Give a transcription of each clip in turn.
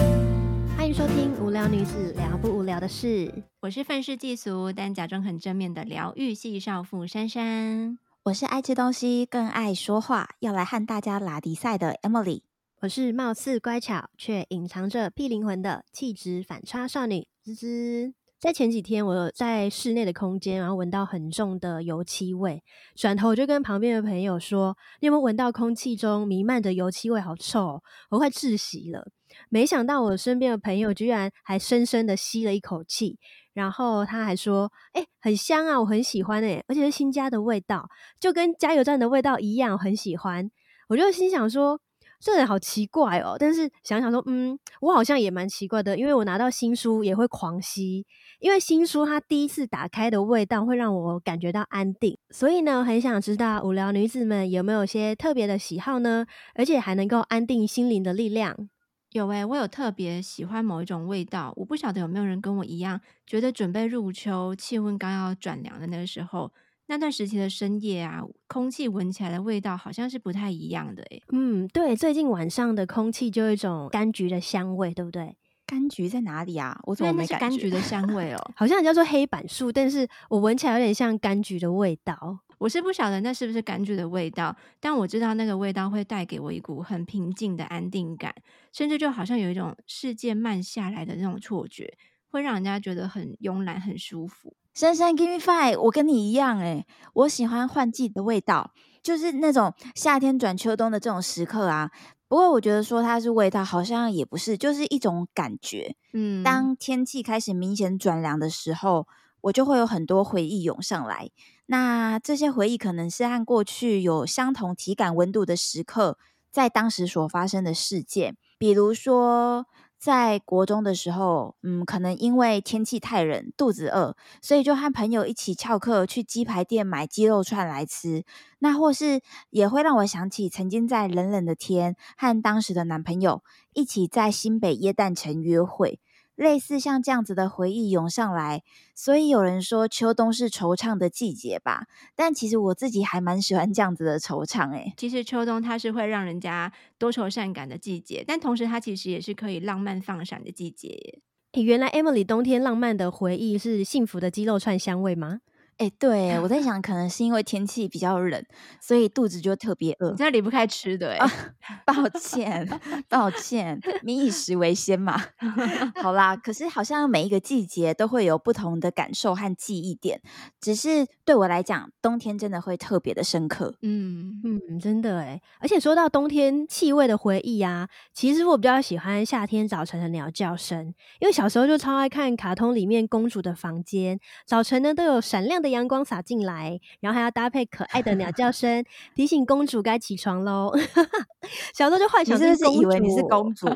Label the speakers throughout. Speaker 1: 欢迎收听《无聊女子聊不无聊的事》，
Speaker 2: 我是愤世嫉俗但假装很正面的疗愈系少妇珊珊。
Speaker 3: 我是爱吃东西更爱说话，要来和大家拉迪赛的 Emily。
Speaker 1: 我是貌似乖巧却隐藏着屁灵魂的气质反差少女芝芝。在前几天，我有在室内的空间，然后闻到很重的油漆味，转头就跟旁边的朋友说：“你有没有闻到空气中弥漫着油漆味？好臭、哦，我快窒息了。”没想到我身边的朋友居然还深深的吸了一口气，然后他还说：“哎、很香啊，我很喜欢哎、而且是新家的味道，就跟加油站的味道一样，我很喜欢。”我就心想说。这人好奇怪哦，但是想想说，嗯，我好像也蛮奇怪的，因为我拿到新书也会狂吸，因为新书它第一次打开的味道会让我感觉到安定，所以呢，很想知道无聊女子们有没有些特别的喜好呢？而且还能够安定心灵的力量。
Speaker 2: 有诶、我有特别喜欢某一种味道，我不晓得有没有人跟我一样，觉得准备入秋，气温刚要转凉的那个时候，那段时期的深夜啊，空气闻起来的味道好像是不太一样的诶、
Speaker 1: 嗯，对，最近晚上的空气就有一种柑橘的香味，对不对？
Speaker 3: 柑橘在哪里啊？我怎
Speaker 2: 因
Speaker 3: 么
Speaker 2: 为那
Speaker 3: 没
Speaker 2: 是
Speaker 3: 感
Speaker 2: 柑橘
Speaker 3: 觉？
Speaker 2: 的香味哦。
Speaker 1: 好像人家说黑板树，但是我闻起来有点像柑橘的味道。
Speaker 2: 我是不晓得那是不是柑橘的味道，但我知道那个味道会带给我一股很平静的安定感，甚至就好像有一种世界慢下来的那种错觉，会让人家觉得很慵懒、很舒服。
Speaker 3: 珊珊 Give me five，我跟你一样哎、我喜欢换季的味道，就是那种夏天转秋冬的这种时刻啊。不过我觉得说它是味道，好像也不是，就是一种感觉。
Speaker 2: 嗯，
Speaker 3: 当天气开始明显转凉的时候，我就会有很多回忆涌上来。那这些回忆可能是和过去有相同体感温度的时刻，在当时所发生的事件，比如说在国中的时候，嗯，可能因为天气太冷，肚子饿，所以就和朋友一起翘课去鸡排店买鸡肉串来吃。那或是也会让我想起曾经在冷冷的天和当时的男朋友一起在新北耶诞城约会。类似像这样子的回忆涌上来，所以有人说秋冬是惆怅的季节吧。但其实我自己还蛮喜欢这样子的惆怅诶、
Speaker 2: 其实秋冬它是会让人家多愁善感的季节，但同时它其实也是可以浪漫放闪的季节耶。
Speaker 1: 诶原来 Emily 冬天浪漫的回忆是幸福的鸡肉串香味吗？
Speaker 3: 诶、对，我在想，可能是因为天气比较冷，所以肚子就特别饿
Speaker 2: 你。真的离不开吃的哎、
Speaker 3: 抱歉，抱歉，民以食为先嘛。 好啦，可是好像每一个季节都会有不同的感受和记忆点，只是对我来讲，冬天真的会特别的深刻。
Speaker 2: 嗯，
Speaker 1: 嗯，真的诶而且说到冬天气味的回忆啊，其实我比较喜欢夏天早晨的鸟叫声，因为小时候就超爱看卡通里面公主的房间，早晨呢都有闪亮的阳光洒进来，然后还要搭配可爱的鸟叫声，提醒公主该起床喽。 小时候就幻
Speaker 3: 你
Speaker 1: 想
Speaker 3: 是不
Speaker 1: 自己
Speaker 3: 是以为你是公 主？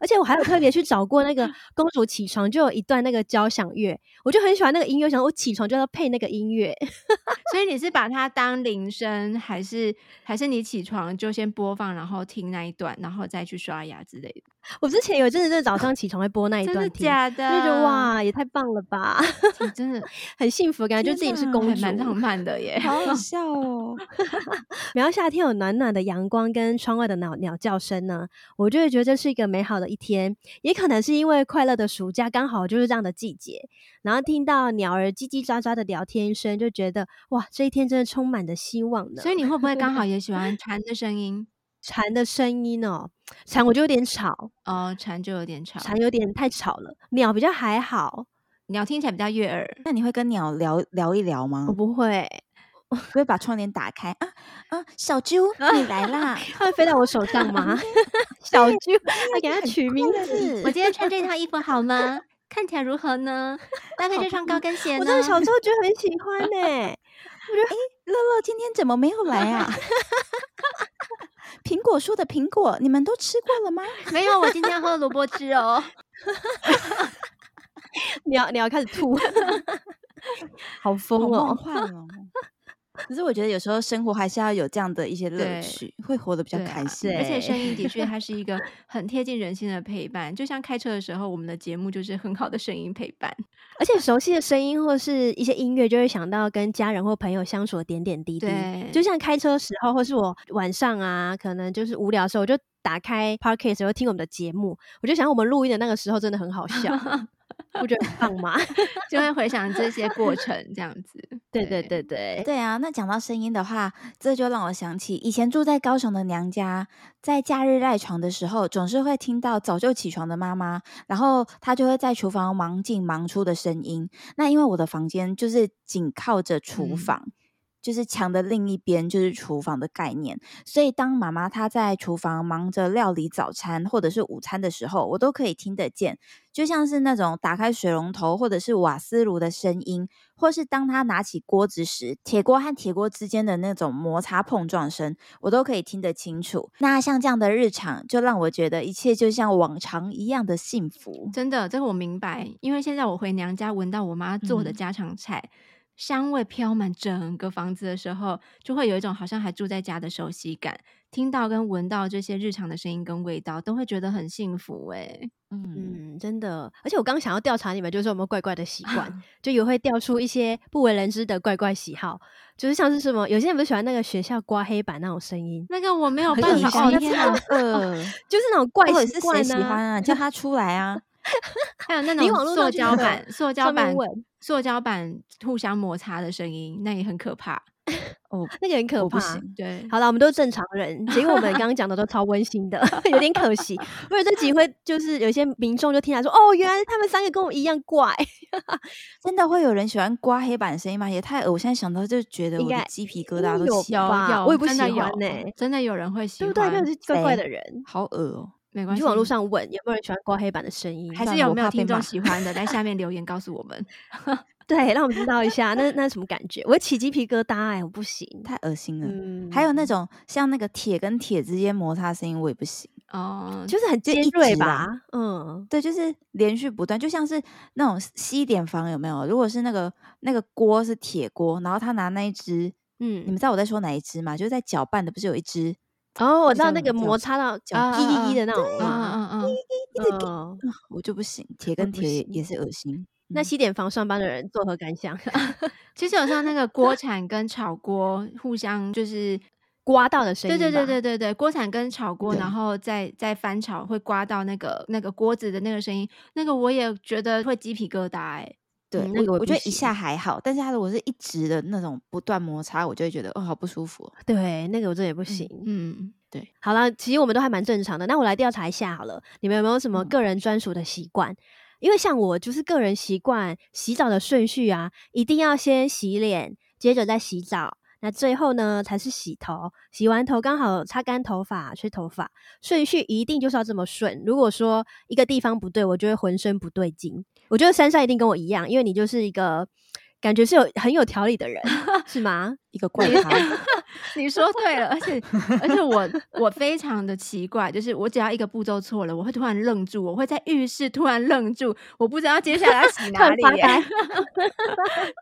Speaker 1: 而且我还有特别去找过那 个公主起床就有一段那个交响乐，我就很喜欢那个音乐，想说我起床就要配那个音乐。
Speaker 2: 所以你是把它当铃声，还是还是你起床就先播放，然后听那一段，然后再去刷牙之类的？
Speaker 1: 我之前有一阵子真的早上起床会播那一
Speaker 2: 真的
Speaker 1: 段听，
Speaker 2: 假
Speaker 1: 我
Speaker 2: 的？
Speaker 1: 就觉得，哇，也太棒了吧，
Speaker 2: 你真的
Speaker 1: 很幸福，感觉就自
Speaker 2: 天
Speaker 1: 己是
Speaker 2: 哪
Speaker 1: 公
Speaker 2: 还
Speaker 1: 主。
Speaker 2: 蛮浪漫 的耶。
Speaker 3: 好好笑哦！
Speaker 1: 然后夏天有暖暖的阳光跟窗外的鸟鸟叫声呢，我就会觉得这是一个美好的一天。也可能是因为快乐的暑假刚好就是这样的季节，然后听到鸟儿叽叽喳喳的聊天声，就觉得哇，这一天真的充满着希望呢。
Speaker 2: 所以你会不会刚 好也喜欢蝉的声音？
Speaker 1: 蝉的声音哦，蝉我就有点吵，
Speaker 2: 哦，蝉就有点吵，
Speaker 1: 蝉有点太吵了，鸟比较还好，
Speaker 2: 鸟听起来比较悦耳。
Speaker 3: 那你会跟鸟聊聊一聊吗
Speaker 2: 哦
Speaker 1: 我？不会，
Speaker 3: 不会把窗帘打开啊啊！小 猪，你来啦！
Speaker 1: 它会飞到我手上吗？ 小猪，要给它取名字。
Speaker 2: 我今天穿这套衣服好吗？看起来如何呢？搭配这双高跟鞋
Speaker 1: 我
Speaker 2: 呢？
Speaker 1: 真的小时候就很喜欢呢、
Speaker 3: 乐乐今天怎么没有来啊？ 苹果树的苹果，你们都吃过了吗？
Speaker 2: 没有，我今天喝萝卜汁哦。
Speaker 1: 鸟鸟开始吐， 好疯
Speaker 3: 好梦
Speaker 1: 哦！
Speaker 3: 幻哦！ 可是我觉得有时候生活还是要有这样的一些乐
Speaker 2: 对
Speaker 3: 趣，会活得比较
Speaker 2: 对
Speaker 3: 开
Speaker 2: 啊
Speaker 3: 心。
Speaker 2: 而且
Speaker 1: 对
Speaker 2: 声音的确，它是一个很贴近人心的陪伴。就像开车的时候，我们的节目就是很好的声音陪伴。
Speaker 1: 而且熟悉的声音或是一些音乐，就会想到跟家人或朋友相处的点点滴滴。
Speaker 2: 对
Speaker 1: 就像开车时候，或是我晚上啊，可能就是无聊的时候，我就打开 podcast 然后听我们的节目，我就想我们录音的那个时候真的很好 笑，不觉得很棒吗？
Speaker 2: 就会回想这些过程，这样子。
Speaker 1: 对对对对，
Speaker 3: 对啊，那讲到声音的话，这就让我想起以前住在高雄的娘家，在假日赖床的时候，总是会听到早就起床的妈妈，然后她就会在厨房忙进忙出的声音。那因为我的房间就是紧靠着厨
Speaker 2: 嗯
Speaker 3: 房。就是墙的另一边就是厨房的概念，所以当妈妈她在厨房忙着料理早餐或者是午餐的时候，我都可以听得见，就像是那种打开水龙头或者是瓦斯炉的声音，或是当他拿起锅子时，铁锅和铁锅之间的那种摩擦碰撞声，我都可以听得清楚。那像这样的日常，就让我觉得一切就像往常一样的幸福。
Speaker 2: 真的，这个我明白，因为现在我回娘家闻到我妈做的
Speaker 3: 嗯
Speaker 2: 家常菜，香味飘满整个房子的时候，就会有一种好像还住在家的熟悉感。听到跟闻到这些日常的声音跟味道，都会觉得很幸福哎、
Speaker 3: 嗯，
Speaker 1: 嗯，真的。而且我刚想要调查你们，就是有没有怪怪的习惯，就也会调出一些不为人知的怪怪喜好，就是像是什么，有些人不是喜欢那个学校刮黑板那种声音，
Speaker 2: 那个我没有
Speaker 1: 很
Speaker 2: 办
Speaker 1: 有
Speaker 2: 法，
Speaker 1: 趣天
Speaker 2: 哦天
Speaker 1: 哪
Speaker 2: 哪！
Speaker 3: 呃，
Speaker 1: 就是那种怪
Speaker 3: 到底
Speaker 1: 习
Speaker 3: 是
Speaker 1: 惯
Speaker 3: 谁喜欢
Speaker 1: 啊。
Speaker 3: 啊？叫他出来啊！
Speaker 2: 还有那
Speaker 1: 你
Speaker 2: 种
Speaker 1: 网络上
Speaker 2: 塑
Speaker 1: 去
Speaker 2: 胶
Speaker 1: 那个
Speaker 2: 板、塑胶
Speaker 1: 上面
Speaker 2: 板
Speaker 1: 问、
Speaker 2: 塑胶板互相摩擦的声音，那也很可怕。
Speaker 3: 哦，
Speaker 1: 那个很 可
Speaker 3: 我
Speaker 1: 怕
Speaker 3: 不。行。
Speaker 2: 对，
Speaker 1: 嗯好了，我们都是正常人，结果我们刚刚讲的都超温馨的， 有点可惜。不然这集会就是有一些民众就听来说，哦，原来他们三个跟我一样怪，
Speaker 3: 真的会有人喜欢刮黑板的声音吗？也太恶！我现在想到就觉得
Speaker 1: 应
Speaker 3: 我的
Speaker 1: 该
Speaker 3: 鸡皮疙瘩
Speaker 1: 应该
Speaker 3: 都
Speaker 1: 有
Speaker 3: 起
Speaker 2: 有
Speaker 3: 来，
Speaker 1: 吧
Speaker 2: 有，
Speaker 1: 我也不
Speaker 2: 真的
Speaker 1: 喜欢
Speaker 2: 有
Speaker 1: 欸
Speaker 2: 真的有人会喜
Speaker 1: 对
Speaker 2: 欢，
Speaker 1: 不对？那是怪怪
Speaker 3: 谁
Speaker 1: 的人。
Speaker 3: 好恶哦！
Speaker 2: 没
Speaker 1: 你
Speaker 2: 关
Speaker 1: 去
Speaker 2: 系，
Speaker 1: 网络上问有没有人喜欢刮黑板的声音，
Speaker 2: 还
Speaker 3: 算
Speaker 2: 是
Speaker 3: 了
Speaker 2: 有
Speaker 3: 我
Speaker 2: 没有
Speaker 3: 怕被
Speaker 2: 听众
Speaker 3: 骂
Speaker 2: 喜欢的，在 下面留言告诉我们。
Speaker 1: 对，让我们知道一下，那那什么感觉？我会起鸡皮疙瘩哎、我不行。
Speaker 3: 太恶心了。
Speaker 1: 嗯，
Speaker 3: 还有那种像那个铁跟铁之间摩擦的声音，我也不行。
Speaker 2: 哦，
Speaker 1: 就是很
Speaker 3: 就
Speaker 1: 尖
Speaker 3: 一
Speaker 1: 锐
Speaker 3: 直
Speaker 1: 吧
Speaker 3: 啦？
Speaker 1: 嗯，
Speaker 3: 对，就是连续不断，就像是那种西点房有没有？如果是那个那个锅是铁锅，然后他拿那一只，
Speaker 1: 嗯
Speaker 3: 你们知道我在说哪一只吗？就是在搅拌的，不是有一只
Speaker 1: 哦，我
Speaker 3: 那
Speaker 1: 知道
Speaker 3: 叫
Speaker 1: 那
Speaker 3: 什
Speaker 1: 个
Speaker 3: 么叫
Speaker 1: 摩擦到
Speaker 3: 哦
Speaker 1: 脚
Speaker 2: 啊啊
Speaker 1: 滴滴
Speaker 2: 啊
Speaker 1: 的那种
Speaker 2: 嗯
Speaker 1: 嘛。
Speaker 2: 嗯嗯，
Speaker 1: 嗯，
Speaker 3: 啊我就不行，铁
Speaker 1: 我也
Speaker 3: 跟
Speaker 1: 不
Speaker 3: 铁也也
Speaker 1: 行
Speaker 3: 是恶心。
Speaker 1: 那
Speaker 3: 嗯
Speaker 1: 西点房上班的人作何感想？
Speaker 2: 其实有时候那个锅铲跟炒锅互相就是。
Speaker 1: 刮到的声音吧，
Speaker 2: 对对对对对对，锅铲跟炒锅，
Speaker 3: 对
Speaker 2: 然后再再翻炒，会刮到那个那个锅子的那个声音，那个我也觉得会鸡皮疙瘩哎、
Speaker 3: 对
Speaker 1: 嗯那
Speaker 3: 我
Speaker 1: 个我也
Speaker 3: 我
Speaker 1: 不
Speaker 3: 觉得
Speaker 1: 行
Speaker 3: 一下还好，但是它如果是一直的那种不断摩擦，我就会觉得哦，好不舒服哦。
Speaker 1: 对，那个我真的也不行。
Speaker 2: 嗯，
Speaker 1: 好啦，其实我们都还蛮正常的。那我来调查一下好了，你们有没有什么
Speaker 3: 嗯
Speaker 1: 个人专属的习惯？因为像我就是个人习惯，洗澡的顺序啊，一定要先洗脸，接着再洗澡，那最后呢才是洗头。洗完头刚好擦干头发、吹头发，顺序一定就是要这么顺。如果说一个地方不对，我就会浑身不对劲。我觉得珊珊一定跟我一样，因为你就是一个感觉是有很有条理的 人，是吗？
Speaker 3: 一个怪咖，
Speaker 2: 你说对 了，而且而且我我非常的奇怪，就是我只要一个步骤错了，我会突然愣住，我会在浴室突然愣住，我不知道接下来要洗
Speaker 1: 突
Speaker 2: 哪
Speaker 1: 然
Speaker 2: 里
Speaker 1: 发
Speaker 2: 耶、
Speaker 1: 呆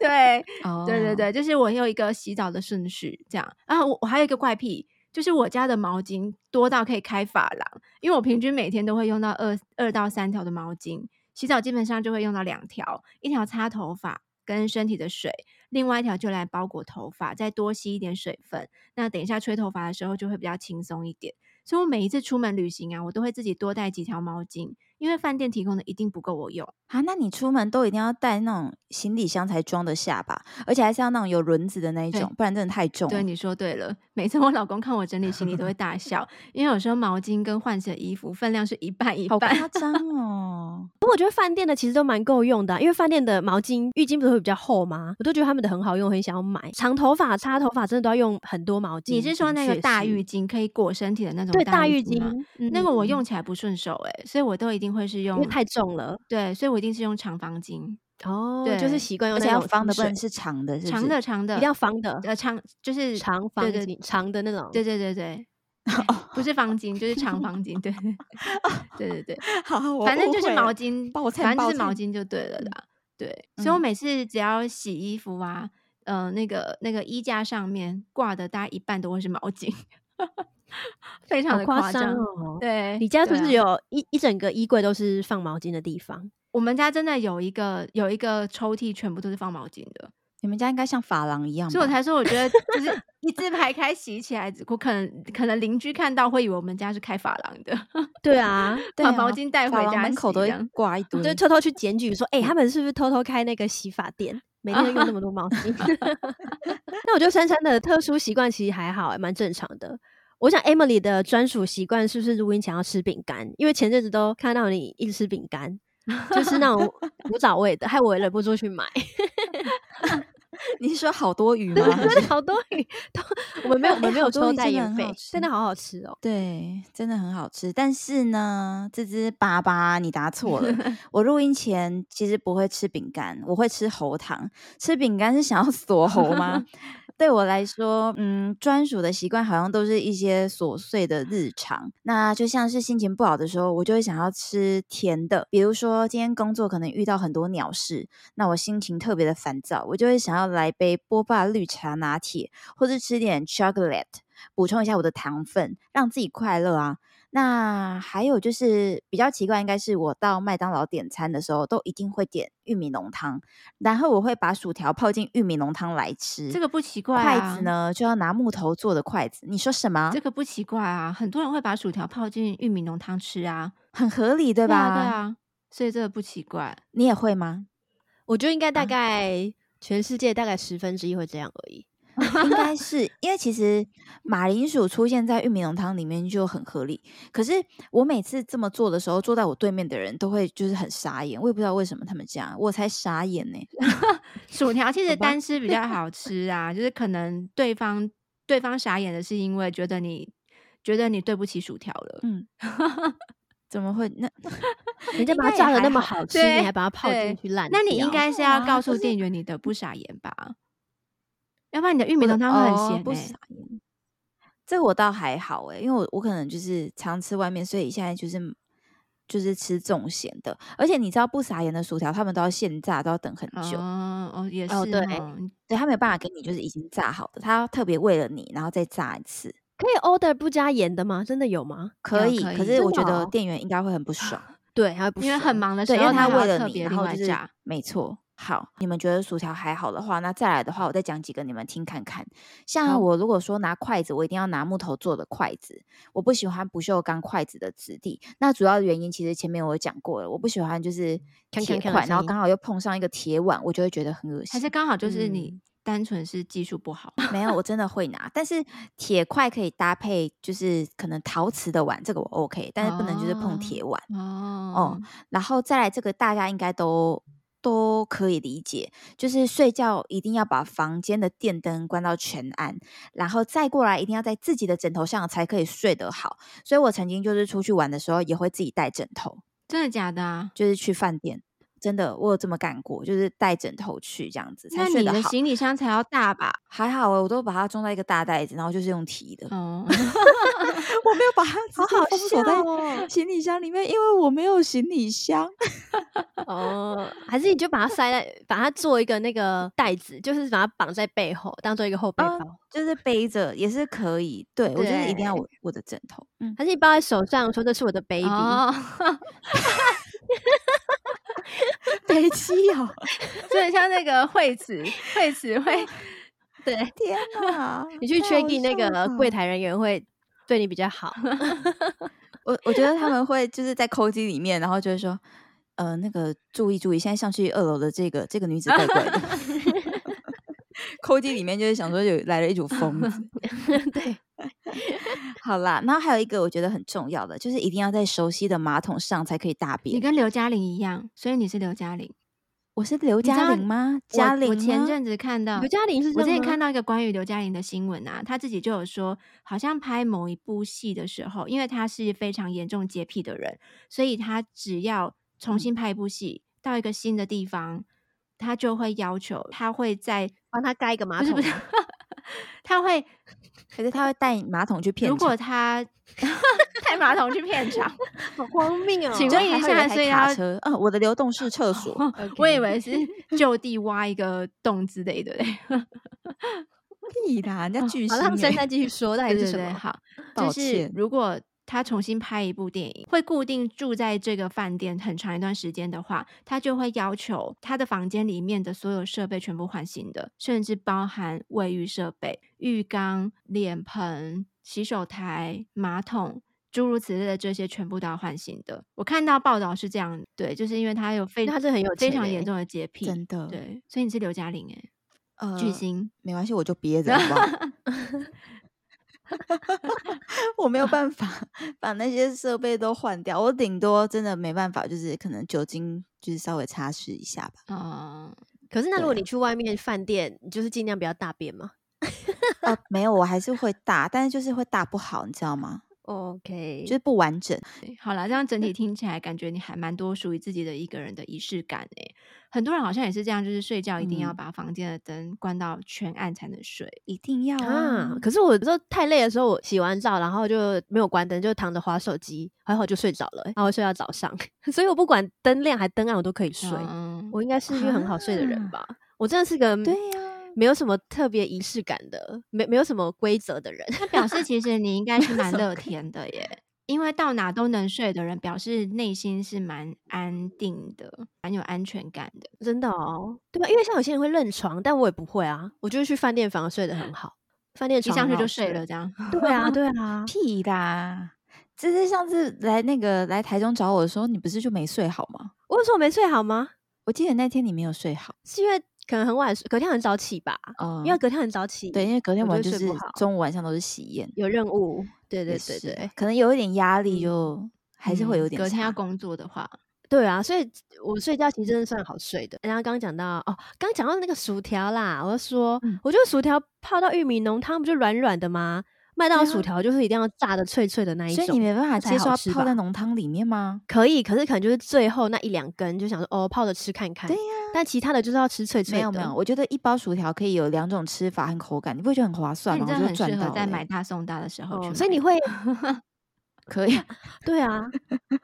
Speaker 2: 对，
Speaker 3: 哦
Speaker 2: 对对，对，就是我有一个洗澡的顺序这样啊，我我还有一个怪癖，就是我家的毛巾多到可以开发廊，因为我平均每天都会用到二二到三条的毛巾，洗澡基本上就会用到两条，一条擦头发跟身体的水，另外一条就来包裹头发，再多吸一点水分，那等一下吹头发的时候就会比较轻松一点。所以我每一次出门旅行啊，我都会自己多带几条毛巾，因为饭店提供的一定不够我用。
Speaker 3: 啊，那你出门都一定要带那种行李箱才装得下吧？而且还是要那种有轮子的那一
Speaker 2: 对
Speaker 3: 种，不然真的太重了。
Speaker 2: 对，你说对了。每次我老公看我整理行李都会大笑，因为有时候毛巾跟换洗的衣服分量是一半一
Speaker 3: 好
Speaker 2: 半。
Speaker 3: 夸张哦！
Speaker 1: 不过我觉得饭店的其实都蛮够用的啊、因为饭店的毛巾、浴巾不是会比较厚吗？我都觉得他们的很好用，很想要买。长头发、擦头发真的都要用很多毛巾。
Speaker 2: 你是说
Speaker 1: 的
Speaker 2: 那个
Speaker 1: 确
Speaker 2: 大
Speaker 1: 是
Speaker 2: 浴？巾可以裹身体的那种？
Speaker 1: 对，大
Speaker 2: 浴
Speaker 1: 浴巾，嗯
Speaker 2: 那个我
Speaker 1: 嗯
Speaker 2: 用起来不顺手哎、所以我都一定会是
Speaker 1: 因
Speaker 2: 用
Speaker 1: 为太重了。
Speaker 2: 对，所以我一定是用长方巾，
Speaker 1: 哦，就是
Speaker 2: 对
Speaker 1: 习惯用
Speaker 3: 而
Speaker 1: 那
Speaker 3: 且要
Speaker 1: 种
Speaker 3: 方的，
Speaker 1: 清
Speaker 3: 不能
Speaker 1: 水
Speaker 3: 是长的，是不
Speaker 2: 长
Speaker 3: 是
Speaker 2: 的长
Speaker 1: 一
Speaker 2: 的，
Speaker 1: 定要方的，
Speaker 2: 呃长就是
Speaker 1: 长方
Speaker 2: 对对
Speaker 1: 巾，长的那种。哦
Speaker 2: 对对对对。不是方巾，就是长方 巾，对，对对对，
Speaker 3: 好，我
Speaker 2: 反正
Speaker 3: 误
Speaker 2: 就是
Speaker 3: 会
Speaker 2: 毛
Speaker 3: 了
Speaker 2: 巾
Speaker 3: 抱，歉
Speaker 2: 反正
Speaker 3: 抱
Speaker 2: 就是毛
Speaker 3: 歉
Speaker 2: 巾就对了啦。对，所以我
Speaker 3: 嗯
Speaker 2: 每次只要洗衣服啊，呃，那个那个衣架上面挂的大概一半都会是毛巾， 非常
Speaker 1: 好
Speaker 2: 的
Speaker 1: 夸
Speaker 2: 夸
Speaker 1: 张
Speaker 2: 张。
Speaker 1: 哦！
Speaker 2: 对，
Speaker 1: 你家是
Speaker 2: 对
Speaker 1: 不是
Speaker 2: 啊？
Speaker 1: 有一一整个衣柜都是放毛巾的地方？
Speaker 2: 我们家真的有一个有一个抽屉，全部都是放毛巾的。
Speaker 3: 你你们家应该像发廊一样吧，
Speaker 2: 所以我才说，我觉 得就是一字排开洗起来，我可能可能邻居看到会以为我们家是开发廊的，
Speaker 1: 对啊，
Speaker 3: 对
Speaker 2: 把
Speaker 3: 啊
Speaker 2: 毛巾带回
Speaker 3: 发廊
Speaker 2: 家洗
Speaker 3: 门口都
Speaker 2: 这
Speaker 3: 会
Speaker 2: 样。
Speaker 3: 挂一堆，
Speaker 1: 就偷偷去检举说，哎、他们是不是偷偷开那个洗发店？每天都用那么多 毛巾，那我觉得珊珊的特殊习惯其实还好、欸蛮正常的。我想 Emily 的专属习惯是不是录音前要吃饼干？因为前阵子都看到你一直吃饼干，就是那种古早味的，害我也忍不住去买，
Speaker 3: 你是说好多鱼吗？ 还
Speaker 1: 真的
Speaker 3: 是
Speaker 1: 好多鱼都我们没有我们
Speaker 3: 哎
Speaker 1: 没有
Speaker 3: 好多
Speaker 1: 收
Speaker 3: 鱼
Speaker 1: 代
Speaker 3: 真的
Speaker 1: 言
Speaker 3: 很
Speaker 1: 费
Speaker 3: 好，
Speaker 1: 真的好好吃哦。
Speaker 3: 对，真的很好吃。但是呢，这只粑粑你答 错了。我录音前其实不会吃饼干，我会吃喉糖。吃饼干是想要 锁喉吗？对我来说，嗯，专属的习惯好像都是一些琐碎的日常。那就像是心情不好的时候，我就会想要吃甜的，比如说今天工作可能遇到很多鸟事，那我心情特别的烦躁，我就会想要来杯波霸绿茶拿铁，或是吃点 chocolate。补充一下我的糖分，让自己快乐啊。那还有就是比较奇怪，应该是我到麦当劳点餐的时候，都一定会点玉米浓汤，然后我会把薯条泡进玉米浓汤来吃。
Speaker 2: 这个不奇怪、啊，
Speaker 3: 筷子？呢，就要拿木头做的筷子。你说什么
Speaker 2: 这？个不奇怪啊，很多人会把薯条泡进玉米浓汤吃啊，
Speaker 3: 很合理，对
Speaker 2: 对
Speaker 3: 吧？
Speaker 2: 啊，对啊，所以这个不奇怪。
Speaker 3: 你也会吗？
Speaker 1: 我觉得应该大
Speaker 2: 啊
Speaker 1: 概全世界大概十分之一会这样而已。
Speaker 3: 应 该是因为其实马铃薯出现在玉米浓汤里面就很合理。可是我每次这么做的时候，坐在我对面的人都会就是很傻眼，我也不知道为什么他们这样，我才傻眼呢、
Speaker 2: 薯条其实
Speaker 3: 吧
Speaker 2: 单吃比较好吃啊，就是可能对方对方傻眼的是因为觉得你觉得你对不起薯条了。
Speaker 3: 嗯，怎么会？那
Speaker 1: 人家
Speaker 3: 应
Speaker 1: 把它
Speaker 3: 该也
Speaker 1: 炸的
Speaker 3: 还
Speaker 1: 那么
Speaker 3: 好
Speaker 1: 好吃，
Speaker 2: 对
Speaker 1: 你还把它泡
Speaker 2: 对
Speaker 1: 进去烂掉，
Speaker 2: 那你应该是
Speaker 3: 啊
Speaker 2: 要告诉
Speaker 3: 就是
Speaker 2: 店员你的不傻眼吧？要不然你的玉米浓汤会
Speaker 3: 哦
Speaker 2: 很
Speaker 3: 不
Speaker 2: 咸
Speaker 3: 傻
Speaker 2: 欸
Speaker 3: 眼。这我倒还好诶、因为我我可能就是常吃外面，所以现在就是就是吃重咸的。而且你知道不撒盐的薯条，他们都要现炸，都要等很久，
Speaker 2: 哦哦，也是
Speaker 1: 哦对
Speaker 2: 哦
Speaker 3: 对他没有办法给你就是已经炸好的，他要特别为了你然后再炸一次。
Speaker 1: 可以 order 不加盐的吗？真的有吗？
Speaker 3: 可
Speaker 2: 有
Speaker 3: 以，
Speaker 2: 可
Speaker 3: 可
Speaker 2: 以
Speaker 3: 是我
Speaker 1: 真
Speaker 3: 觉
Speaker 1: 的
Speaker 3: 得
Speaker 1: 哦
Speaker 3: 店员应该会很不爽，
Speaker 1: 对，还不
Speaker 2: 因为
Speaker 1: 熟
Speaker 2: 很忙的时
Speaker 3: 对，因为
Speaker 2: 候，
Speaker 3: 他
Speaker 2: 还要
Speaker 3: 为了
Speaker 2: 特
Speaker 3: 你，
Speaker 2: 别
Speaker 3: 然
Speaker 2: 另
Speaker 3: 后
Speaker 2: 外
Speaker 3: 就是
Speaker 2: 炸。
Speaker 3: 没错。好，你们觉得薯条还好的话，那再来的话，我再讲几个你们听看看。
Speaker 2: 好
Speaker 3: 像我如果说拿筷子，我一定要拿木头做的筷子，我不喜欢不锈钢筷子的质地。那主要原因其实前面我有讲过了，我不喜欢就是
Speaker 1: 锵锵
Speaker 3: 铁
Speaker 1: 锵的
Speaker 3: 块，然
Speaker 1: 声
Speaker 3: 后
Speaker 1: 音
Speaker 3: 刚好又碰上一个铁碗，我就会觉得很恶心。
Speaker 2: 还是刚好就是你
Speaker 1: 嗯
Speaker 2: 单纯是技术不好，
Speaker 3: 没有，我真的会拿，但是铁块可以搭配，就是可能陶瓷的碗，这个我 OK，但是不能就是碰
Speaker 2: 哦
Speaker 3: 铁碗。
Speaker 2: 哦，
Speaker 3: 然后再来这个大家应该都都可以理解，就是睡觉一定要把房间的电灯关到全暗，然后再过来一定要在自己的枕头上才可以睡得好。所以我曾经就是出去玩的时候也会自己带枕头，
Speaker 2: 真的假的啊？
Speaker 3: 就是去饭店。真的，我有这么干过，就是带枕头去这样子才
Speaker 2: 那
Speaker 3: 睡
Speaker 2: 你
Speaker 3: 得
Speaker 2: 的
Speaker 3: 好。
Speaker 2: 行李箱才要大吧？
Speaker 3: 还好欸我都把它装在一个大袋子，然后就是用提的，
Speaker 2: 哦，
Speaker 3: 我没有把它 直
Speaker 1: 好
Speaker 3: 接
Speaker 1: 好
Speaker 3: 封锁
Speaker 1: 笑哦
Speaker 3: 在行李箱里面，因为我没有行李箱。
Speaker 1: 哦，还是你就把它塞在，把它做一个那个袋子，就是把它绑在背后，当做一个后背
Speaker 3: 哦
Speaker 1: 包。
Speaker 3: 就是背着也是可以。对我就是一定要
Speaker 1: 对
Speaker 3: 我我的枕头，嗯，
Speaker 1: 还是你抱在手上，说这是我的 baby，、
Speaker 2: 哦，
Speaker 3: 飞机哦，
Speaker 2: 就很像那个惠子，惠子会
Speaker 1: 对
Speaker 3: 天哪！
Speaker 1: 你去
Speaker 3: 太
Speaker 1: check
Speaker 3: 好
Speaker 1: in 那
Speaker 3: 笑
Speaker 1: 个
Speaker 2: 嗯
Speaker 3: 了
Speaker 1: 柜台人员会对你比较好。
Speaker 3: 我我觉得他们会就是在扣机里面，然后就会说，呃，那个注意注意，现在上去二楼的这个这个女子怪怪 的。扣机里面就是想说有来了一组疯 子，
Speaker 1: 对，
Speaker 3: 好啦，然后还有一个我觉得很重要的，就是一定要在熟悉的马桶上才可以大
Speaker 2: 你
Speaker 3: 便。
Speaker 2: 跟刘嘉玲一样，所以你是刘嘉玲。
Speaker 3: 我是刘
Speaker 2: 知道
Speaker 3: 嘉玲吗？
Speaker 2: 我
Speaker 3: 嘉玲
Speaker 2: 我前
Speaker 3: 吗
Speaker 2: 阵子看到
Speaker 1: 刘嘉玲是这
Speaker 2: 我之
Speaker 1: 样
Speaker 2: 前看
Speaker 1: 吗？
Speaker 2: 到一个关于刘嘉玲的新闻啊，她自己就有说，好像拍某一部戏的时候，因为她是非常严重洁癖的人，所以她只要重新拍一部戏，到一个新的地方，她就会要求，她会在
Speaker 1: 帮他盖一个马
Speaker 2: 不是
Speaker 1: 桶
Speaker 2: 不是
Speaker 1: 吗，
Speaker 2: 她会
Speaker 3: 可是他会带马桶去骗
Speaker 2: 如
Speaker 3: 场。
Speaker 2: 果她 带马桶去片场，
Speaker 1: 好荒谬哦！
Speaker 2: 请
Speaker 3: 就
Speaker 2: 问一
Speaker 3: 还会有
Speaker 2: 下
Speaker 3: 台
Speaker 2: 所以
Speaker 3: 卡
Speaker 2: 要哦
Speaker 3: 车，嗯，我的流动式厕所，
Speaker 2: 我以
Speaker 1: OK
Speaker 2: 为是就地挖一个洞之类的嘞。
Speaker 3: 屁啦，人家巨
Speaker 1: 好，让珊
Speaker 2: 哦
Speaker 3: 星欸
Speaker 1: 珊继续说，到底
Speaker 2: 对
Speaker 1: 是
Speaker 2: 对
Speaker 1: 什
Speaker 2: 对，
Speaker 1: 么？
Speaker 2: 好，
Speaker 3: 抱
Speaker 2: 就是
Speaker 3: 歉
Speaker 2: 如果他重新拍一部电影，会固定住在这个饭店很长一段时间的话，他就会要求他的房间里面的所有设备全部换新的，甚至包含卫浴设备、浴缸、脸盆、洗手台、马桶。诸如此类的这些全部都要换新的。我看到报道是这样，对，就是因为他有非
Speaker 1: 那他真的很有
Speaker 2: 非
Speaker 1: 钱
Speaker 2: 常
Speaker 1: 欸
Speaker 2: 严重的洁癖，
Speaker 3: 真的
Speaker 2: 对，所以你是刘嘉玲哎、
Speaker 3: 呃
Speaker 2: 巨星，
Speaker 3: 没关系，我就憋着好不 好？我没有办法把那些设备都换掉，我顶多真的没办法，就是可能酒精就是稍微擦拭一下吧。
Speaker 2: 嗯，
Speaker 1: 可是那如果
Speaker 3: 对
Speaker 1: 你去外面饭店，你就是尽量不要大便嘛。
Speaker 3: 啊，没有，我还是会大，但是就是会大不好，你知道吗？
Speaker 1: OK，
Speaker 3: 就是不完整。
Speaker 2: 对好啦，这样整体听起来感觉你还蛮多属于自己的一个人的仪式感诶、很多人好像也是这样，就是睡觉一定要
Speaker 3: 嗯
Speaker 2: 把房间的灯关到全暗才能睡。
Speaker 3: 一定要
Speaker 1: 啊！可是我有时候太累的时候，我洗完澡然后就没有关灯，就躺着划手机，还好就睡着了、然后睡到早上。 所以我不管灯亮还灯暗，我都可以睡。
Speaker 2: 嗯
Speaker 1: 我应该是一个很好睡的人
Speaker 3: 啊
Speaker 1: 吧？我真的是个
Speaker 3: 对呀、，
Speaker 1: 没有什么特别仪式感的，没没有什么规则的人。
Speaker 2: 那表示其实你应该是蛮
Speaker 1: 什么
Speaker 2: 乐天的耶，因为到哪都能睡的人，表示内心是蛮安定的，蛮有安全感的。
Speaker 1: 真的哦，对吧？因为像有些人会认床，但我也不会啊，我就会去饭店反而睡得很好，饭店
Speaker 2: 一
Speaker 1: 床
Speaker 2: 上
Speaker 1: 很
Speaker 2: 去
Speaker 1: 好
Speaker 2: 就睡了，。这样。
Speaker 1: 对啊，对啊
Speaker 3: 屁啦！就是上次来那个来台中找我的时候，你不是就没睡好吗？
Speaker 1: 我有说我没睡好吗？
Speaker 3: 我记得那天你没有睡好，
Speaker 1: 是因为可能很晚睡，隔天很早起吧，
Speaker 3: 嗯，
Speaker 1: 因为隔天很早起，
Speaker 3: 对，因为隔天
Speaker 1: 我
Speaker 3: 晚
Speaker 1: 就
Speaker 3: 就
Speaker 1: 睡
Speaker 3: 是
Speaker 1: 不好
Speaker 3: 中午晚上都是喜宴，
Speaker 1: 有任务。对
Speaker 3: 也
Speaker 1: 对对
Speaker 3: 是
Speaker 1: 对，
Speaker 3: 可能有一点压力
Speaker 1: 嗯
Speaker 3: 就，还是会
Speaker 2: 嗯
Speaker 3: 有点、
Speaker 2: 隔天要，工作的话，
Speaker 1: 对啊，所以我睡觉其实真的算好睡的。然后刚刚讲到哦，刚讲到那个薯条啦，我就说，
Speaker 3: 嗯
Speaker 1: 我觉得薯条泡到玉米浓汤不就软软的吗？麦当劳
Speaker 3: 对啊
Speaker 1: 薯条就是一定要炸的脆脆的那一
Speaker 3: 所
Speaker 1: 种，
Speaker 3: 以你没办法
Speaker 1: 才
Speaker 3: 接
Speaker 1: 好
Speaker 3: 受它
Speaker 1: 吃
Speaker 3: 泡
Speaker 1: 吧
Speaker 3: 在浓汤里面吗？
Speaker 1: 可以，可是可能就是最后那一两根就想说哦，泡着吃看看。
Speaker 3: 对呀
Speaker 1: 但其他的就是要吃脆脆
Speaker 3: 没
Speaker 1: 的。
Speaker 3: 有没有，我觉得一包薯条可以有两种吃法和口感，你不会觉得很划
Speaker 2: 那
Speaker 3: 算
Speaker 2: 你
Speaker 3: 吗？
Speaker 2: 真
Speaker 3: 我
Speaker 2: 的
Speaker 3: 就
Speaker 2: 很
Speaker 3: 赚
Speaker 2: 适合
Speaker 3: 到
Speaker 2: 在
Speaker 3: 了
Speaker 2: 买
Speaker 3: 欸
Speaker 2: 大送大的时候去
Speaker 1: 哦
Speaker 2: 买，
Speaker 1: 所以你 会
Speaker 3: 可以，
Speaker 1: 对啊，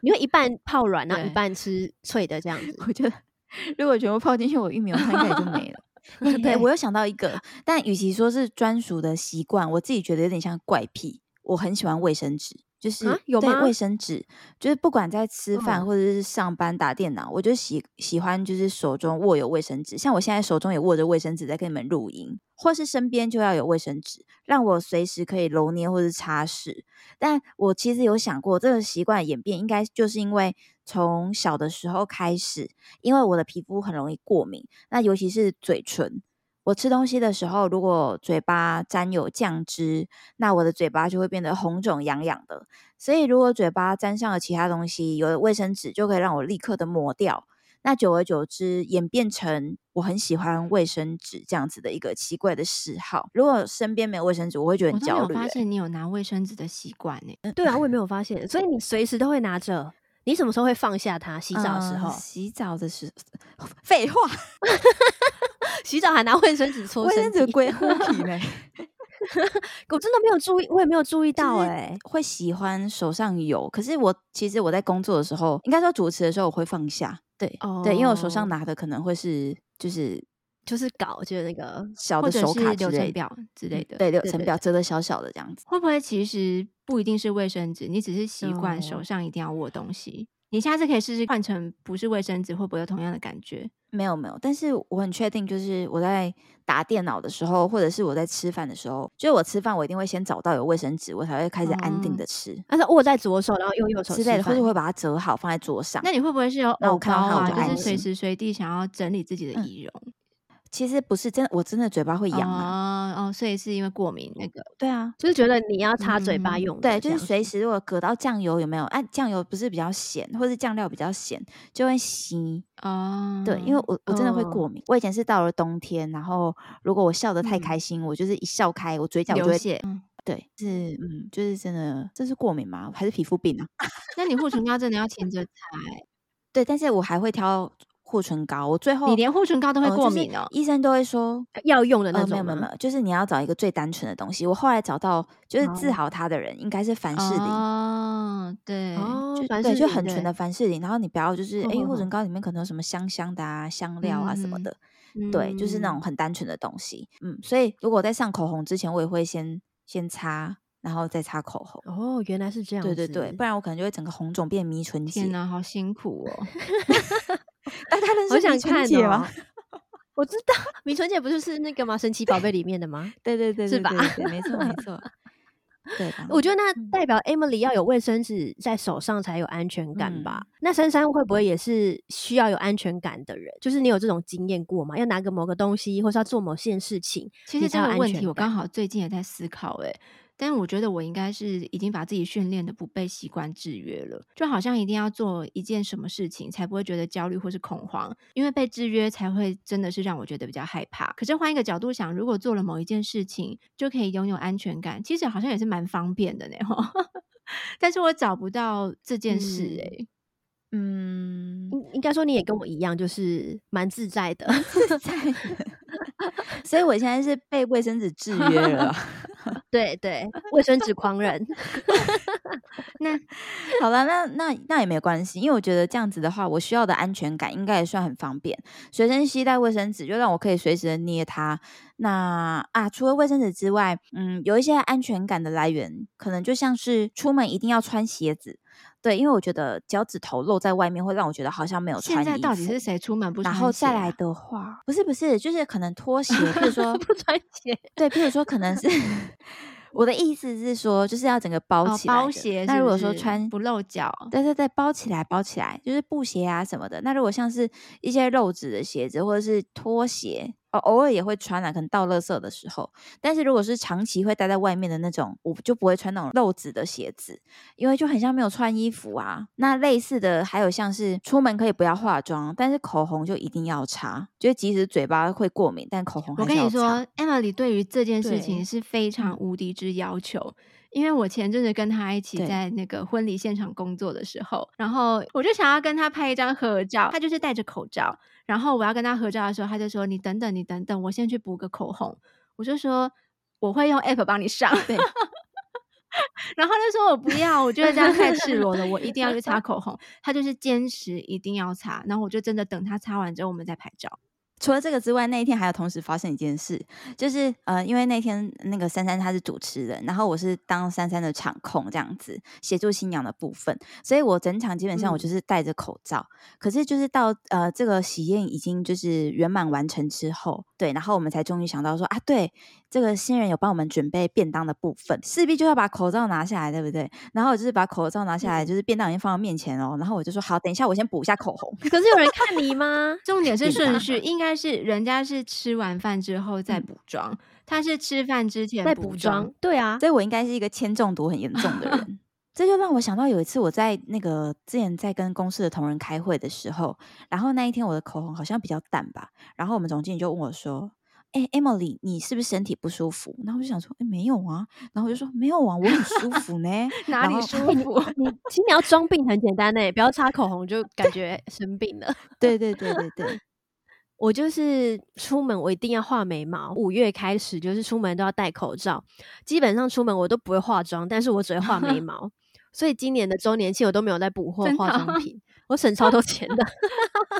Speaker 1: 你会一半泡软，然后一
Speaker 2: 对
Speaker 1: 半吃脆的这样 子。
Speaker 3: 我觉得如果全部泡进去，我玉米浓汤应该也就没了。欸
Speaker 1: 对
Speaker 3: 我又想到一个，但与其说是专属的习惯，我自己觉得有点像怪癖。我很喜欢卫生纸，就是、
Speaker 1: 啊有
Speaker 3: 对
Speaker 1: 吗
Speaker 3: 卫生纸，就是不管在吃
Speaker 1: 哦
Speaker 3: 饭或者是上班打电脑，我就喜喜欢就是手中握有卫生纸，像我现在手中也握着卫生纸在跟你们录音，或是身边就要有卫生纸，让我随时可以揉捏或是擦拭。但我其实有想过，这个习惯的演变应该就是因为从小的时候开始，因为我的皮肤很容易过敏，那尤其是嘴唇。我吃东西的时候，如果嘴巴沾有酱汁，那我的嘴巴就会变得红肿痒痒的。所以，如果嘴巴沾上了其他东西，有了卫生纸就可以让我立刻的抹掉。那久而久之，演变成我很喜欢卫生纸这样子的一个奇怪的嗜好。如果身边没有卫生纸，我会觉得
Speaker 2: 我都
Speaker 3: 很
Speaker 2: 没
Speaker 3: 焦
Speaker 2: 有
Speaker 3: 虑、
Speaker 2: 发
Speaker 3: 欸。
Speaker 2: 现你有拿卫生纸的习惯欸呢。
Speaker 1: 对啊，我也没有发现，所以你随时都会拿着。你什么时候会放下它？洗澡的时
Speaker 3: 嗯
Speaker 1: 候，
Speaker 3: 洗澡的时候， 废话，
Speaker 1: 洗澡还拿卫生纸搓
Speaker 3: 卫
Speaker 1: 身
Speaker 3: 生
Speaker 1: 体
Speaker 3: 纸， 归护体嘞，
Speaker 1: 我真的没有注意，我也没有注意到
Speaker 3: 就是
Speaker 1: 哎、
Speaker 3: 会喜欢手上有。可是我其实我在工作的时候，应该说主持的时候，我会放下，对、对，因为我手
Speaker 1: 哦
Speaker 3: 上拿的可能会是就是
Speaker 1: 就是搞就是那个
Speaker 3: 小
Speaker 2: 或
Speaker 3: 的
Speaker 2: 者
Speaker 3: 手卡
Speaker 2: 是流
Speaker 3: 之类
Speaker 2: 程
Speaker 3: 的，嗯
Speaker 2: 表之类的，
Speaker 3: 对流
Speaker 1: 对
Speaker 3: 程
Speaker 1: 对
Speaker 3: 表折的小小的这样子。
Speaker 2: 会不会其实不一定是卫生纸，你只是习惯手
Speaker 1: 哦
Speaker 2: 上一定要握东西？你下次可以试试换成不是卫生纸，会不会有同样的感觉？
Speaker 3: 没有没有，但是我很确定，就是我在打电脑的时候，或者是我在吃饭的时候，就是我吃饭我一定会先找到有卫生纸，我才会开始安定
Speaker 2: 哦
Speaker 3: 的吃、
Speaker 1: 但是握在左手，然后用右手
Speaker 3: 之
Speaker 1: 吃
Speaker 3: 类的，或
Speaker 1: 饭
Speaker 3: 者会把它折好放在桌上。
Speaker 2: 那你会不会是有
Speaker 3: 那我
Speaker 2: 偶包
Speaker 3: 看到它我
Speaker 2: 啊？
Speaker 3: 就
Speaker 2: 就是
Speaker 3: 安
Speaker 2: 随时
Speaker 3: 心
Speaker 2: 随地想要整理自己的
Speaker 3: 嗯
Speaker 2: 仪容？
Speaker 3: 其实不是真的，我真的嘴巴会痒啊。
Speaker 2: 哦哦，所以是因为过敏那个
Speaker 3: 对啊，
Speaker 1: 就是觉得你要擦嘴巴
Speaker 2: 嗯
Speaker 1: 用的
Speaker 3: 对，
Speaker 1: 这样子、
Speaker 3: 就是随时如果隔到酱油有没有？啊，酱油不是比较咸，或是酱料比较咸，就会吸。
Speaker 2: 哦，
Speaker 3: 对，因为我我真的会
Speaker 1: 哦
Speaker 3: 过敏。我以前是到了冬天，然后如果我笑得太开
Speaker 2: 嗯
Speaker 3: 心，我就是一笑开，我嘴角就
Speaker 2: 流
Speaker 3: 会
Speaker 2: 血。嗯
Speaker 3: 对，是嗯，就是真的，这是过敏吗？还是皮肤病啊？
Speaker 2: 那你护唇膏真 的要勤着擦，
Speaker 3: 对，但是我还会挑护唇膏，我最后
Speaker 2: 你连护唇膏都会
Speaker 3: 呃
Speaker 2: 过
Speaker 3: 就是
Speaker 2: 敏哦。
Speaker 3: 医生都会说
Speaker 1: 要用的那
Speaker 3: 呃，没
Speaker 1: 种
Speaker 3: 有没有没
Speaker 1: 吗
Speaker 3: 有，就是你要找一个最单纯的东西。我后来找到就是治
Speaker 1: 哦
Speaker 3: 好它的人，应该是凡士林。
Speaker 2: 哦，对，
Speaker 1: 哦，
Speaker 3: 就
Speaker 1: 凡
Speaker 3: 对，
Speaker 1: 士
Speaker 3: 就
Speaker 1: 林
Speaker 3: 很
Speaker 1: 对嗯
Speaker 3: 纯的凡士林，然后你不要就是
Speaker 1: 哼
Speaker 3: 哎，
Speaker 1: 哼
Speaker 3: 护唇
Speaker 1: 哼
Speaker 3: 膏里面可能有什么香香的啊、香料啊什么
Speaker 2: 嗯
Speaker 3: 的，对，就是那
Speaker 2: 嗯
Speaker 3: 种很单纯的东西。嗯，所以如果在上口红之前，我也会先先擦然后再擦口红。
Speaker 1: 哦，原来是这样
Speaker 3: 对
Speaker 1: 子。
Speaker 3: 对对，不然我可能就会整个红肿变迷唇
Speaker 2: 天
Speaker 3: 姐。
Speaker 2: 哪，好辛苦哦！
Speaker 3: 大家认
Speaker 1: 我
Speaker 3: 识
Speaker 1: 想
Speaker 3: 迷唇
Speaker 1: 看
Speaker 3: 姐
Speaker 1: 哦
Speaker 3: 吗？。
Speaker 1: 我知道，明纯姐不就是那个吗？神奇宝贝里面的吗？
Speaker 3: 对对对，
Speaker 1: 是
Speaker 3: 对
Speaker 1: 吧
Speaker 3: 对对，没错 没错。对吧，
Speaker 1: 我觉得那
Speaker 3: 嗯
Speaker 1: 代表 Emily 要有卫生纸在手上才有安全感吧？那珊珊会不会也是需要有安全感的人？就是你有这种经验过吗？要拿个某个东西，或是要做某件事情，
Speaker 2: 其
Speaker 1: 你
Speaker 2: 实
Speaker 1: 才
Speaker 2: 这
Speaker 1: 有
Speaker 2: 个
Speaker 1: 安
Speaker 2: 问
Speaker 1: 全
Speaker 2: 题我
Speaker 1: 感
Speaker 2: 刚好最近也在思考、欸，但我觉得我应该是已经把自己训练的不被习惯制约了，就好像一定要做一件什么事情才不会觉得焦虑或是恐慌，因为被制约才会真的是让我觉得比较害怕。可是换一个角度想，如果做了某一件事情就可以拥有安全感，其实好像也是蛮方便的呢、 吼但是我找不到这件事、
Speaker 1: 嗯
Speaker 2: 欸，哎、
Speaker 3: 嗯，
Speaker 1: 应应该说你也跟我一样，就是蛮自在的。
Speaker 3: 所以我现在是被卫生纸制约了。
Speaker 1: 对对，卫生纸狂人。
Speaker 3: 好了，那那那也没关系，因为我觉得这样子的话，我需要的安全感应该也算很方便。随身携带卫生纸，就让我可以随时的捏它。那啊，除了卫生纸之外，嗯，有一些安全感的来源，可能就像是出门一定要穿鞋子，对，因为我觉得脚趾头露在外面会让我觉得好像没有穿
Speaker 2: 现
Speaker 3: 衣服。
Speaker 2: 在到底是谁出门不穿
Speaker 3: 然
Speaker 2: 鞋啊、
Speaker 3: 后再来的话，不是不是，就是可能拖鞋，比如说
Speaker 1: 不穿鞋，
Speaker 3: 对，譬如说可能是 我的意思是说，就是要整个包
Speaker 2: 哦
Speaker 3: 起来的、
Speaker 2: 包鞋是不是，
Speaker 3: 那如果说穿
Speaker 2: 不露脚，
Speaker 3: 对对对，包起来，包起来，就是布鞋啊什么的。那如果像是一些肉质的鞋子或者是拖鞋，哦，偶尔也会穿啊，可能到垃圾的时候。但是如果是长期会待在外面的那种，我就不会穿那种肉质的鞋子，因为就很像没有穿衣服啊。那类似的还有像是出门可以不要化妆，但是口红就一定要擦，就是即使嘴巴会过敏，但口红
Speaker 2: 我
Speaker 3: 还是
Speaker 2: 跟
Speaker 3: 要
Speaker 2: 你
Speaker 3: 擦
Speaker 2: 说，Emily 对于这件事
Speaker 1: 对
Speaker 2: 情是非常无敌之要求。因为我前阵子跟她一起
Speaker 3: 对
Speaker 2: 在那个婚礼现场工作的时候，然后我就想要跟她拍一张合照，她就是戴着口罩，然后我要跟她合照的时候，她就说：“你等等，你等等，我先去补个口红。”我就说：“我会用 app 帮你上。”
Speaker 3: 对，
Speaker 2: 然后他就说我不要，我觉得这样太赤裸了，我一定要去擦口红。他就是坚持一定要擦，然后我就真的等他擦完之后我们再拍照。
Speaker 3: 除了这个之外，那一天还有同时发生一件事，就是呃，因为那天那个珊珊她是主持人，然后我是当珊珊的场控这样子，协助新娘的部分，所以我整场基本上
Speaker 1: 嗯
Speaker 3: 我就是戴着口罩。可是就是到呃这个喜宴已经就是圆满完成之后，对，然后我们才终于想到说啊，对，这个新人有帮我们准备便当的部分，势必就要把口罩拿下来，对不对？然后我就是把口罩拿下来，就是便当已经放到面前哦，然后我就说好，等一下我先补一下口红。
Speaker 1: 可是有人看你吗？
Speaker 2: 重点是
Speaker 3: 对
Speaker 2: 顺序，应该是人家是吃完饭之后再补妆，他是吃饭之前
Speaker 1: 在
Speaker 2: 嗯补
Speaker 1: 补妆，，对啊，
Speaker 3: 所以我应该是一个铅中毒很严重的人。这就让我想到有一次我在那个之前在跟公司的同仁开会的时候，然后那一天我的口红好像比较淡吧，然后我们总经理就问我说：“哎、e m i l y 你是不是身体不舒服？”然后我就想说：“哎、没有啊。”然后我就说：“没有啊，我很舒服呢。
Speaker 2: 哪
Speaker 3: 然
Speaker 2: 里
Speaker 3: 后
Speaker 2: 舒
Speaker 1: 哎你
Speaker 2: 服？
Speaker 1: 你其实你要装病很简单呢、欸不要擦口红就感觉生病了。”
Speaker 3: 对对对对对，
Speaker 1: 我就是出门，我一定要画眉毛。五月开始就是出门都要戴口罩，基本上出门我都不会化妆，但是我只会画 眉毛。所以今年的周年庆我都没有在补货
Speaker 2: 真的
Speaker 1: 化妆
Speaker 2: 啊
Speaker 1: 品，我省超多钱 的。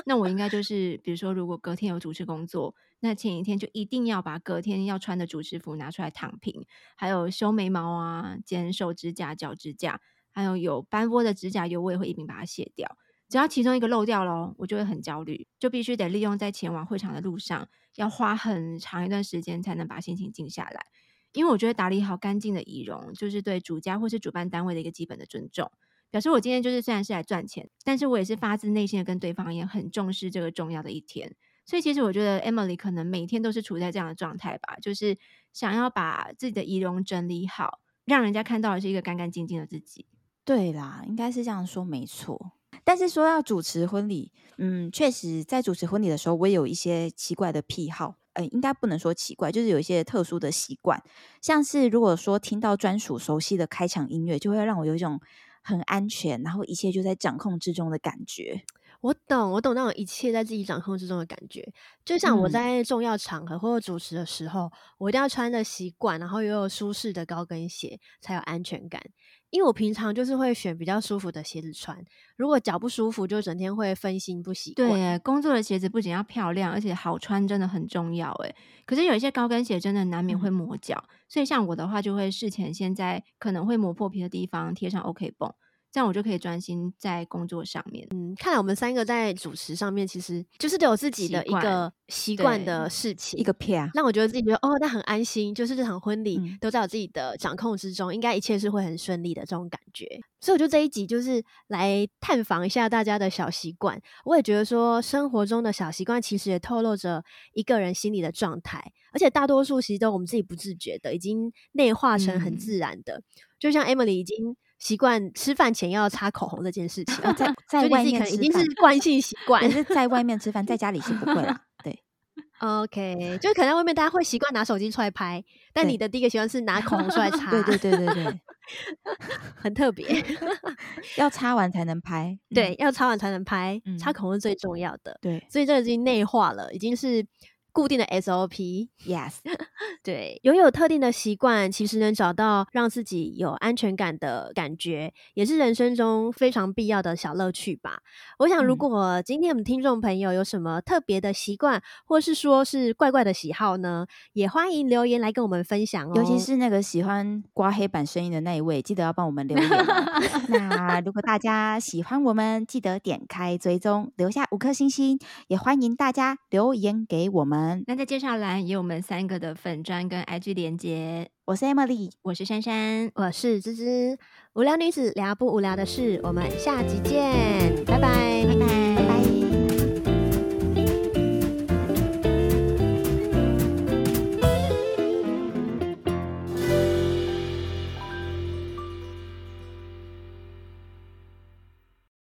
Speaker 2: 那我应该就是，比如说，如果隔天有主持工作，那前一天就一定要把隔天要穿的主持服拿出来躺平，还有修眉毛啊、剪手指甲、脚指甲，还有有斑驳的指甲油，我也会一并把它卸掉。只要其中一个漏掉喽，我就会很焦虑，就必须得利用在前往会场的路上，要花很长一段时间才能把心情静下来。因为我觉得打理好干净的仪容，就是对主家或是主办单位的一个基本的尊重。表示我今天就是虽然是来赚钱，但是我也是发自内心的跟对方也很重视这个重要的一天。所以其实我觉得 Emily 可能每天都是处在这样的状态吧，就是想要把自己的仪容整理好，让人家看到的是一个干干净净的自己。
Speaker 3: 对啦，应该是这样说没错。但是说要主持婚礼，嗯，确实在主持婚礼的时候，我也有一些奇怪的癖好。呃，应该不能说奇怪，就是有一些特殊的习惯，像是如果说听到专属熟悉的开场音乐，就会让我有一种很安全，然后一切就在掌控之中的感觉。
Speaker 1: 我懂，我懂那种一切在自己掌控之中的感觉。就像我
Speaker 3: 嗯
Speaker 1: 在重要场合或者主持的时候，我一定要穿的习惯，然后又有舒适的高跟鞋才有安全感。因为我平常就是会选比较舒服的鞋子穿，如果脚不舒服，就整天会分心不习惯。
Speaker 2: 对耶，工作的鞋子不仅要漂亮，而且好穿真的很重要。哎，可是有一些高跟鞋真的难免
Speaker 1: 嗯
Speaker 2: 会磨脚，所以像我的话，就会事前先在可能会磨破皮的地方贴上 OK 绷，这样我就可以专心在工作上面。
Speaker 1: 嗯，看来我们三个在主持上面，其实就是都有自己
Speaker 2: 习
Speaker 1: 的一
Speaker 2: 惯
Speaker 1: 个习惯
Speaker 2: 对
Speaker 1: 的事情，
Speaker 3: 一个啊啪，
Speaker 1: 让我觉得自己觉得哦，那很安心，就是这场婚礼
Speaker 3: 嗯
Speaker 1: 都在我自己的掌控之中，应该一切是会很顺利的这种感觉。所以我就这一集就是来探访一下大家的小习惯。我也觉得说，生活中的小习惯其实也透露着一个人心理的状态，而且大多数其实都我们自己不自觉的，已经内化成很
Speaker 2: 嗯
Speaker 1: 自然的。就像 Emily 已经习惯吃饭前要擦口红这件事情了，
Speaker 3: 在
Speaker 1: 就
Speaker 3: 在
Speaker 1: 你
Speaker 3: 外
Speaker 1: 自己
Speaker 3: 面
Speaker 1: 可能已
Speaker 3: 吃
Speaker 1: 经
Speaker 3: 饭
Speaker 1: 是，惯性习惯
Speaker 3: 也。 是在外面吃饭， 在家里是不会啦。对，
Speaker 1: OK，就是可能在外面大家会习惯拿手机出来拍，但
Speaker 3: 对
Speaker 1: 你的第一个习惯是拿口红出来擦，
Speaker 3: 对对对对 对，
Speaker 1: 很特别。
Speaker 3: 要擦完才能拍。嗯
Speaker 1: 对，要擦完才能拍，擦
Speaker 3: 嗯
Speaker 1: 口红是最重要的，
Speaker 3: 对
Speaker 1: 所以这个已经内化了，已经是固定的 SOP。
Speaker 3: ，yes，
Speaker 1: 对，拥有特定的习惯，其实能找到让自己有安全感的感觉，也是人生中非常必要的小乐趣吧。我想，如
Speaker 3: 嗯
Speaker 1: 果今天我们听众朋友有什么特别的习惯，或是说是怪怪的喜好呢，也欢迎留言来跟我们分享哦。
Speaker 3: 尤其是那个喜欢刮黑板声音的那一位，记得要帮我们留言哦。那如果大家喜欢我们，记得点开追踪，留下五颗星星，也欢迎大家留言给我们。
Speaker 2: 那在介绍栏也有我们三个的粉砖跟 IG 连接。
Speaker 3: 我是 Emily，
Speaker 2: 我是珊珊，
Speaker 1: 我是芝芝，无聊女子聊不无聊的事，我们下集见，拜拜
Speaker 2: 拜拜。